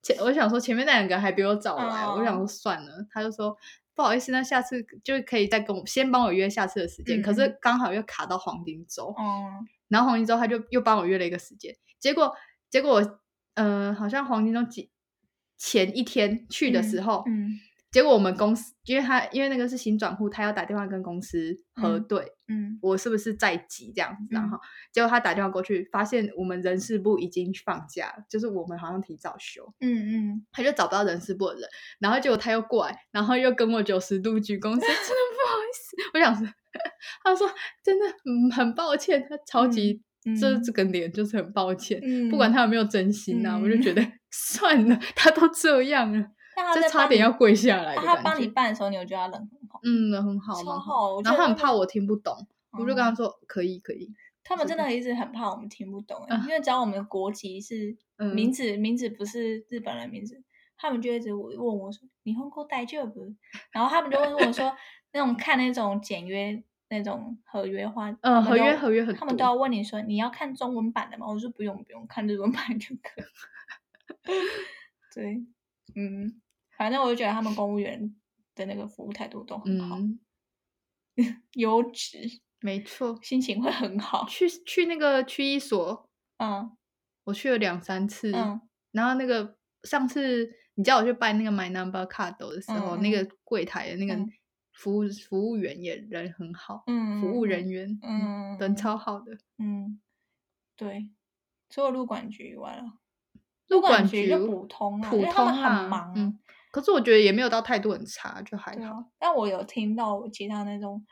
Speaker 4: 前我想说前面那两个还比我早来，我想
Speaker 1: 哦
Speaker 4: 说算了，他就说不好意思，那下次就可以再跟我先帮我约下次的时间，可是
Speaker 1: 嗯
Speaker 4: 刚好又卡到黄金周，
Speaker 1: 哦，
Speaker 4: 然后黄金周他就又帮我约了一个时间，结果结果我呃好像黄金周几前一天去的时候，
Speaker 1: 嗯
Speaker 4: 结果我们公司因为他因为那个是新转户，他要打电话跟公司核
Speaker 1: 嗯
Speaker 4: 对、
Speaker 1: 嗯
Speaker 4: 我是不是在急这样子，然
Speaker 1: 嗯
Speaker 4: 后结果他打电话过去，发现我们人事部已经放假了，就是我们好像提早休，
Speaker 1: 嗯嗯，
Speaker 4: 他就找不到人事部的人，然后结果他又过来，然后又跟我九十度鞠躬，说 真的不好意思，我想说。 他说：“真的，嗯，很抱歉，他超级
Speaker 1: 嗯
Speaker 4: 就是这个脸就是很抱歉，
Speaker 1: 嗯
Speaker 4: 不管，他有没有真心呐、啊，我就
Speaker 1: 嗯
Speaker 4: 觉得 算了，他都这样了，
Speaker 1: 但他
Speaker 4: 就
Speaker 1: 在
Speaker 4: 差
Speaker 1: 帮
Speaker 4: 点
Speaker 1: 你
Speaker 4: 要跪下来
Speaker 1: 那
Speaker 4: 的
Speaker 1: 他帮
Speaker 4: 感
Speaker 1: 你
Speaker 4: 觉。
Speaker 1: 办的时候，你有觉得他人很好，
Speaker 4: 嗯，很好，
Speaker 1: 超
Speaker 4: 蛮。
Speaker 1: 好。我哦
Speaker 4: 然
Speaker 1: 觉
Speaker 4: 后
Speaker 1: 得
Speaker 4: 他很
Speaker 1: 那
Speaker 4: 怕
Speaker 1: 个，
Speaker 4: 我听不懂，我就跟他说可以可以，
Speaker 1: 他们
Speaker 4: 是
Speaker 1: 真的一直很怕我们听不懂欸，
Speaker 4: 啊
Speaker 1: 因为只要我们的国籍是
Speaker 4: 嗯
Speaker 1: 名字，名字不是日本人名字，他们就一直问我说：“你红口带就不？”然后他们就会问我说：“那 种看那种简约那种合约话，他
Speaker 4: 呃
Speaker 1: 们
Speaker 4: 合约
Speaker 1: 都
Speaker 4: 合约很
Speaker 1: 他们都
Speaker 4: 多
Speaker 1: 要问你说你要看中文版的吗？”我说：“不用不用，看日文版就可以。” 对，嗯，反正我就觉得他们公务员的那个服务态度都很好，
Speaker 4: 嗯，
Speaker 1: 优质，
Speaker 4: 没错。
Speaker 1: 心情会很好。
Speaker 4: 去去那个区一所，
Speaker 1: 嗯
Speaker 4: 我去了两三次，
Speaker 1: 嗯
Speaker 4: 然后那个上次你叫我去办那个 My Number Card 的时候，
Speaker 1: 嗯
Speaker 4: 那
Speaker 1: 嗯
Speaker 4: 个柜台的那个
Speaker 1: 嗯
Speaker 4: 服务、服务员也人很好，
Speaker 1: 嗯，
Speaker 4: 服务
Speaker 1: 员。
Speaker 4: 人员，
Speaker 1: 嗯
Speaker 4: 人超好的。
Speaker 1: 嗯，对，除了入管局以外了，
Speaker 4: 入
Speaker 1: 管
Speaker 4: 管
Speaker 1: 局
Speaker 4: 局
Speaker 1: 就普通啊，因
Speaker 4: 普
Speaker 1: 为他
Speaker 4: 通
Speaker 1: 们
Speaker 4: 啊
Speaker 1: 很忙啊
Speaker 4: 嗯，可是我觉得也没有到态度很差，就还
Speaker 1: 对啊
Speaker 4: 好。。
Speaker 1: 但我有听到我其他那种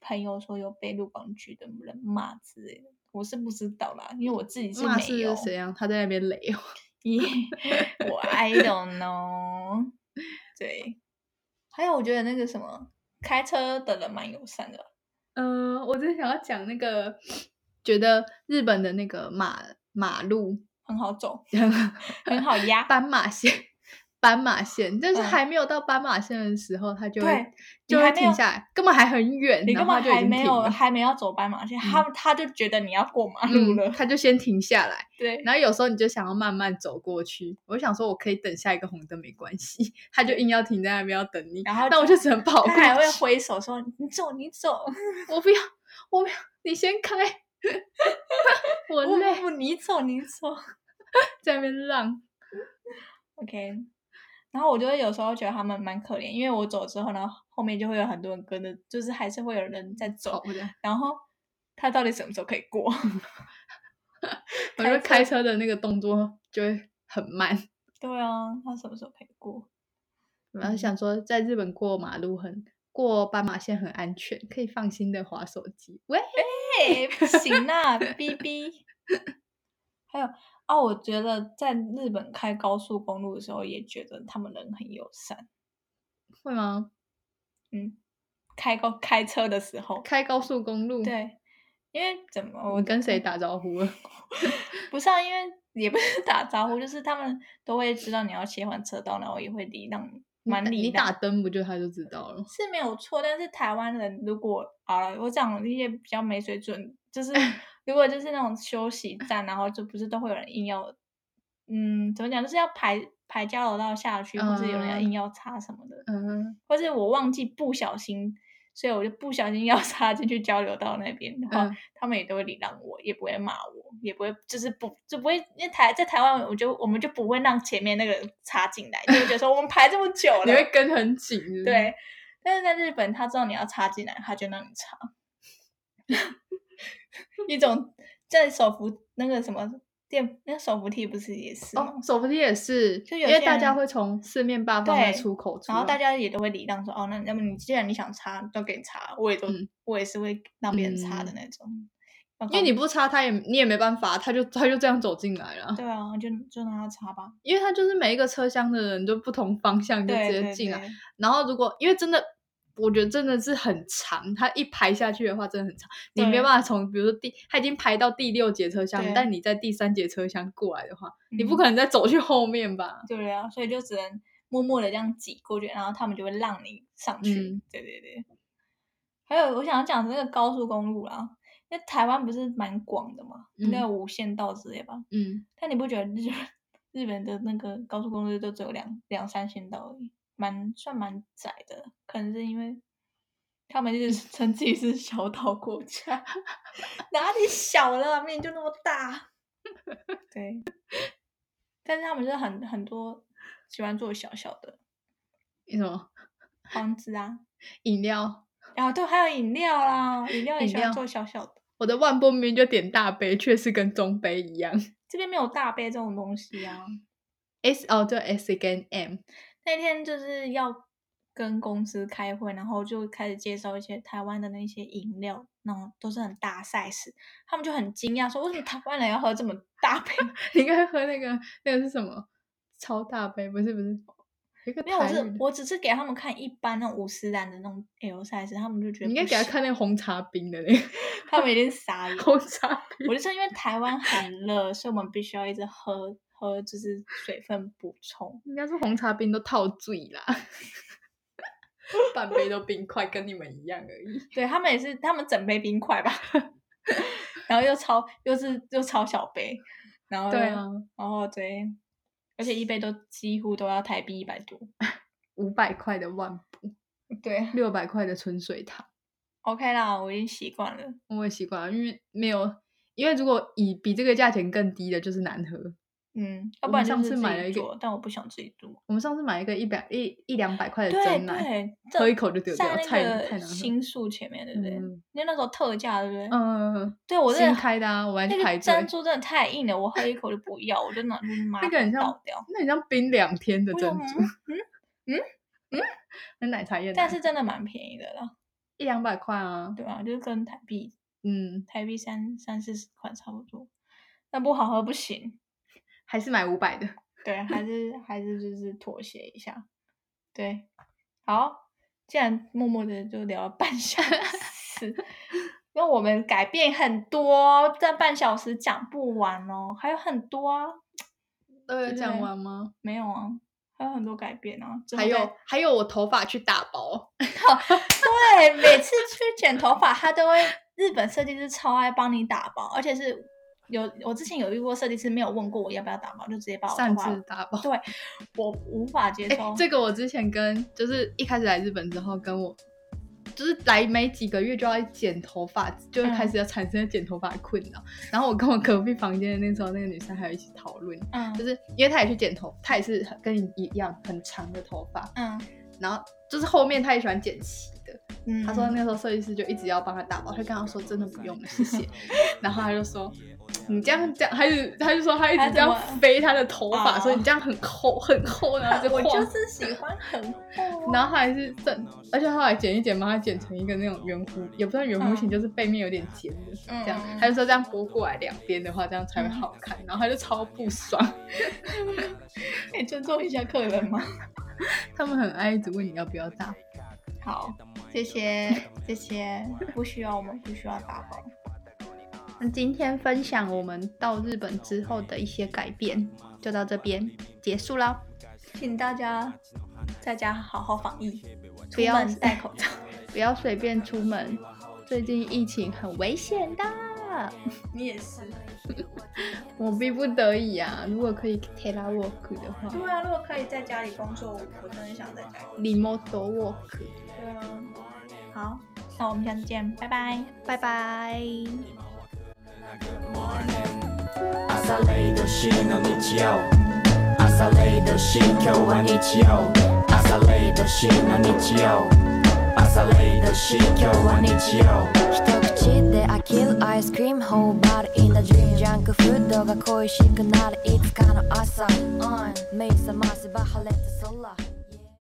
Speaker 1: 朋友说有被入管局的人骂之类的，我是不知道啦，因为我自己
Speaker 4: 骂
Speaker 1: 没有
Speaker 4: 是。怎样？他在那边雷哦。
Speaker 1: 咦 我 I don't know。对，还有我觉得那个什么开车的人蛮友善的，
Speaker 4: 呃，我真的想要讲那个， 觉得日本的那个马马路，
Speaker 1: 很好走，很好压。
Speaker 4: 斑马线，斑马线，但
Speaker 1: 嗯
Speaker 4: 是还没有到斑马线的时候，它就
Speaker 1: 对
Speaker 4: 会就
Speaker 1: 你还
Speaker 4: 会
Speaker 1: 没
Speaker 4: 停
Speaker 1: 有
Speaker 4: 下来，根本还很远，
Speaker 1: 你
Speaker 4: 然
Speaker 1: 根
Speaker 4: 后
Speaker 1: 本
Speaker 4: 它就已
Speaker 1: 还
Speaker 4: 经
Speaker 1: 没
Speaker 4: 停
Speaker 1: 有
Speaker 4: 了。
Speaker 1: 还没要走斑马线，他他就觉得你要过马路
Speaker 4: 嗯
Speaker 1: 了，
Speaker 4: 它就先停下来，
Speaker 1: 对，
Speaker 4: 然后有时候你就想要慢慢走过去。我就想说，我可以等下一个红灯没关系，它就硬要停在那边要等你，
Speaker 1: 然后
Speaker 4: 那我就只能跑过
Speaker 1: 他还
Speaker 4: 去。
Speaker 1: 会挥手说：“你走，你走，
Speaker 4: 我不要，我不要，你先开，我
Speaker 1: 不
Speaker 4: 累，
Speaker 1: 不，你走，你走。
Speaker 4: 在那边浪。”
Speaker 1: OK，然后我就会有时候觉得他们蛮可怜，因为我走之后，然后后面就会有很多人跟着，就是还是会有人在走
Speaker 4: 好，，我的，
Speaker 1: 然后他到底什么时候可以过？
Speaker 4: 我
Speaker 1: 开
Speaker 4: 觉得开
Speaker 1: 车
Speaker 4: 车的那个动作就会很慢。
Speaker 1: 对啊，他什么时候可以过？
Speaker 4: 然后
Speaker 1: 嗯
Speaker 4: 想说，在日本过马路很过斑马线很安全，可以放心的划手机。喂，
Speaker 1: 哎、不行啦，B B。还有啊，我觉得在日本开高速公路的时候，也觉得他们人很友善。
Speaker 4: 会吗？
Speaker 1: 嗯，开高开车的时候，
Speaker 4: 开高速公路，，
Speaker 1: 对，因因为怎么
Speaker 4: 我
Speaker 1: 我
Speaker 4: 们跟谁打招呼了？
Speaker 1: 不是啊，因为也不是打招呼，就是他们都会知道你要切换车道，然后也会礼让你，
Speaker 4: 你
Speaker 1: 蛮
Speaker 4: 打
Speaker 1: 礼
Speaker 4: 你
Speaker 1: 让
Speaker 4: 打灯不就他就知道了？
Speaker 1: 是没有错。但是台湾人如果啊，我讲一些比较没水准，就是 如果就是那种休息站，然后就不是都会有人硬要，嗯，怎么讲，就是要排排交流道下去，或是有人要
Speaker 4: 嗯
Speaker 1: 硬要插什么的，
Speaker 4: 嗯，
Speaker 1: 或是我忘记不小心。所以我就不小心要插进去交流道那边的话，
Speaker 4: 嗯
Speaker 1: 他们也都会礼让我，也不会骂我，也不会就是不就不会，因为台在台湾，我就我们就不会让前面那个人插进来，就会觉得说我们排这么久
Speaker 4: 你会
Speaker 1: 了，
Speaker 4: 跟很紧，是不是，
Speaker 1: 对。但是在日本，他知道你要插进来，他就让你插。 一种在手扶那个什么电，那个手扶梯不是也是吗
Speaker 4: 哦，手扶梯也是，
Speaker 1: 就
Speaker 4: 因
Speaker 1: 有
Speaker 4: 为
Speaker 1: 些
Speaker 4: 大家
Speaker 1: 人
Speaker 4: 会从四面八方的
Speaker 1: 对
Speaker 4: 出口出
Speaker 1: 然
Speaker 4: 来，
Speaker 1: 后大家也都会礼让说，哦，那那么你既然你想插，都给你插，我也都、
Speaker 4: 嗯
Speaker 1: 我也是会让别人插的
Speaker 4: 嗯
Speaker 1: 那种。
Speaker 4: 因为你不插他也你也没办法，他就他就这样走进来了，
Speaker 1: 对啊，就就让他插吧，
Speaker 4: 因为他就是每一个车厢的人就不同方向就直
Speaker 1: 对对
Speaker 4: 接进来，
Speaker 1: 对
Speaker 4: 然后如果因为真的。我觉得真的是很长，他一排下去的话真的很长，你没
Speaker 1: 对
Speaker 4: 办法从，比如说第他已经排到第六节车厢
Speaker 1: 对，
Speaker 4: 但你在第三节车厢过来的话，你
Speaker 1: 嗯
Speaker 4: 不可能再走去后面吧？
Speaker 1: 对啊，所以就只能默默的这样挤过去，然后他们就会让你上去。
Speaker 4: 嗯
Speaker 1: 对对对。还有我想要讲的那个高速公路啦，因为台湾不是蛮广的嘛，应该
Speaker 4: 嗯
Speaker 1: 有无限道之类吧？
Speaker 4: 嗯，
Speaker 1: 但你不觉得日本 日本的那个高速公路都只有两两三线道而已，蛮算蛮窄的，可能是因为。他们就是 称自己是小岛国家， 哪里小了？面就那么大。 对，但是他们就是很很多喜欢做小小的
Speaker 4: 什么
Speaker 1: 房子啊，
Speaker 4: 饮料？
Speaker 1: 然后对，还有饮料啦，饮料也
Speaker 4: 饮
Speaker 1: 喜欢
Speaker 4: 料
Speaker 1: 做小小的。
Speaker 4: 我的万波明明就点大杯，却是跟中杯一样。
Speaker 1: 这边没有大杯这种东西啊。
Speaker 4: S 哦，对 S 跟 M，
Speaker 1: 那天就是要跟公司开会，然后就开始介绍一些台湾的那些饮料，然后都是很大 size，他们就很惊讶说，为什么台湾人要喝这么大 杯？
Speaker 4: 你应该喝那个那个是什么？超大杯不是不是，有一个
Speaker 1: 没有，我
Speaker 4: 台语
Speaker 1: 是
Speaker 4: 的
Speaker 1: 我只是给他们看一般那种五十兰的那种 L size，他们就觉得
Speaker 4: 你应该
Speaker 1: 不
Speaker 4: 给他
Speaker 1: 行，
Speaker 4: 看那个红茶冰的那个
Speaker 1: 他们有点傻眼。
Speaker 4: 红茶冰。
Speaker 1: 我就说，因为台湾很热，所以我们必须要一直喝喝，就是水分补充。
Speaker 4: 应该是红茶冰都套醉啦，半杯都冰块，跟你们一样而已。
Speaker 1: 对他们也是，他们整杯冰块吧， 然后又超又是又超小杯，然后
Speaker 4: 对
Speaker 1: 又
Speaker 4: 啊，
Speaker 1: 然后哦对，而且一杯都几乎都要台币一百多。
Speaker 4: 五百块的万补，
Speaker 1: 对
Speaker 4: 六百块的春水堂，
Speaker 1: ，OK 啦，我已经习惯了。
Speaker 4: 我也习惯了，因为没有，因为如果以比这个价钱更低的，就是难喝。
Speaker 1: 嗯，要
Speaker 4: 我
Speaker 1: 不
Speaker 4: 们
Speaker 1: 然就
Speaker 4: 上
Speaker 1: 是
Speaker 4: 次
Speaker 1: 自
Speaker 4: 买
Speaker 1: 己
Speaker 4: 了一个
Speaker 1: 做，但我不想自己做。
Speaker 4: 我们上次买一个一百一一两百块的
Speaker 1: 对
Speaker 4: 真奶，
Speaker 1: 对，这
Speaker 4: 喝一口就丢掉，
Speaker 1: 在
Speaker 4: 太
Speaker 1: 那
Speaker 4: 太
Speaker 1: 个
Speaker 4: 难喝。
Speaker 1: 新宿前面，对不对？
Speaker 4: 嗯
Speaker 1: 因为那时候特价，对不对？
Speaker 4: 嗯，嗯嗯
Speaker 1: 对我真的
Speaker 4: 新开的啊我还去
Speaker 1: 那个
Speaker 4: 排队
Speaker 1: 珍珠真的太硬了，我喝一口就不要，我就拿去妈
Speaker 4: 那个很像
Speaker 1: 倒掉。
Speaker 4: 那很像冰两天的
Speaker 1: 我
Speaker 4: 珍
Speaker 1: 想
Speaker 4: 珠，那奶茶也
Speaker 1: 啊但
Speaker 4: 奶
Speaker 1: 是真的蛮便宜的啦，
Speaker 4: 一两百块啊。
Speaker 1: 对啊，就是跟台币
Speaker 4: 嗯，
Speaker 1: 台币三三四十块差不多，但不好喝不行。
Speaker 4: 还是买五百的。
Speaker 1: 对，还是还是就是妥协一下。对，好，既然默默的就聊了半小时，那我们改变很多，这半小时讲不完哦，还有很多啊，
Speaker 4: 都有
Speaker 1: 对
Speaker 4: 讲完吗？
Speaker 1: 没有啊，还有很多改变啊。之
Speaker 4: 还
Speaker 1: 后再
Speaker 4: 有还有，我头发去打薄，
Speaker 1: 对，每次去剪头发，他都会日本设计师超爱帮你打包，而且是有我之前有遇过设计师没有问过我要不要打包，就直接把我头
Speaker 4: 擅
Speaker 1: 发
Speaker 4: 自，打薄。
Speaker 1: 对我无法接
Speaker 4: 哎、
Speaker 1: 受。
Speaker 4: 这个我之前跟就是一开始来日本之后，跟我就是来没几个月就要剪头发，就开
Speaker 1: 嗯
Speaker 4: 始要产生剪头发的困扰。然后我跟我隔壁房间的那时候那个女生还有一起讨论，
Speaker 1: 嗯
Speaker 4: 就是因为她也去剪头，她也是很跟你一样很长的头发，
Speaker 1: 嗯
Speaker 4: 然后就是后面她也喜欢剪齐的。
Speaker 1: 嗯，
Speaker 4: 他说那时候设计师就一直要帮他打包，他就跟他说真的不用了，谢谢。 然后他就说你这样这样，他就他就说他一
Speaker 1: 他怎
Speaker 4: 直这样
Speaker 1: 么
Speaker 4: 飞他的头发，
Speaker 1: 哦
Speaker 4: 所以你这样很厚很厚，然后就
Speaker 1: 我
Speaker 4: 晃
Speaker 1: 就是喜 欢很厚啊。
Speaker 4: 然后他还是正，而且后来剪一剪，把它剪成一个那种圆弧，也不算圆弧形，
Speaker 1: 嗯
Speaker 4: 就是背面有点尖的
Speaker 1: 嗯
Speaker 4: 这样
Speaker 1: 嗯。嗯嗯
Speaker 4: 他就说这样拨过来两边的话，这样才会好看。然后他就超不爽，
Speaker 1: 可以尊重一下客人吗？
Speaker 4: 他们很爱一直问你要不要打。
Speaker 1: 好，这些这些不需要，我们不需要打包。
Speaker 4: 那今天分享我们到日本之后的一些改变，就到这边结束啦。
Speaker 1: 请大家在家好好防疫，
Speaker 4: 不
Speaker 1: 出
Speaker 4: 要
Speaker 1: 门戴口罩。
Speaker 4: 不要随便出门，最近疫情很危险的。
Speaker 1: 你也是。
Speaker 4: 我逼不得已啊，如果可以 tela work 的话
Speaker 1: 对啊，如果可以在家里工作，我我真的想在家里。
Speaker 4: ，remote work。
Speaker 1: 对啊。好，那我们下次见，拜拜。
Speaker 4: 拜拜。
Speaker 5: 朝0時の日曜朝0時今日は日曜朝0時の日曜朝0時今日は日曜
Speaker 6: 一口で飽きるアイスクリーム Whole body in a dream ジャンクフードが恋しくなるいつかの朝 On 目覚ませば晴れた空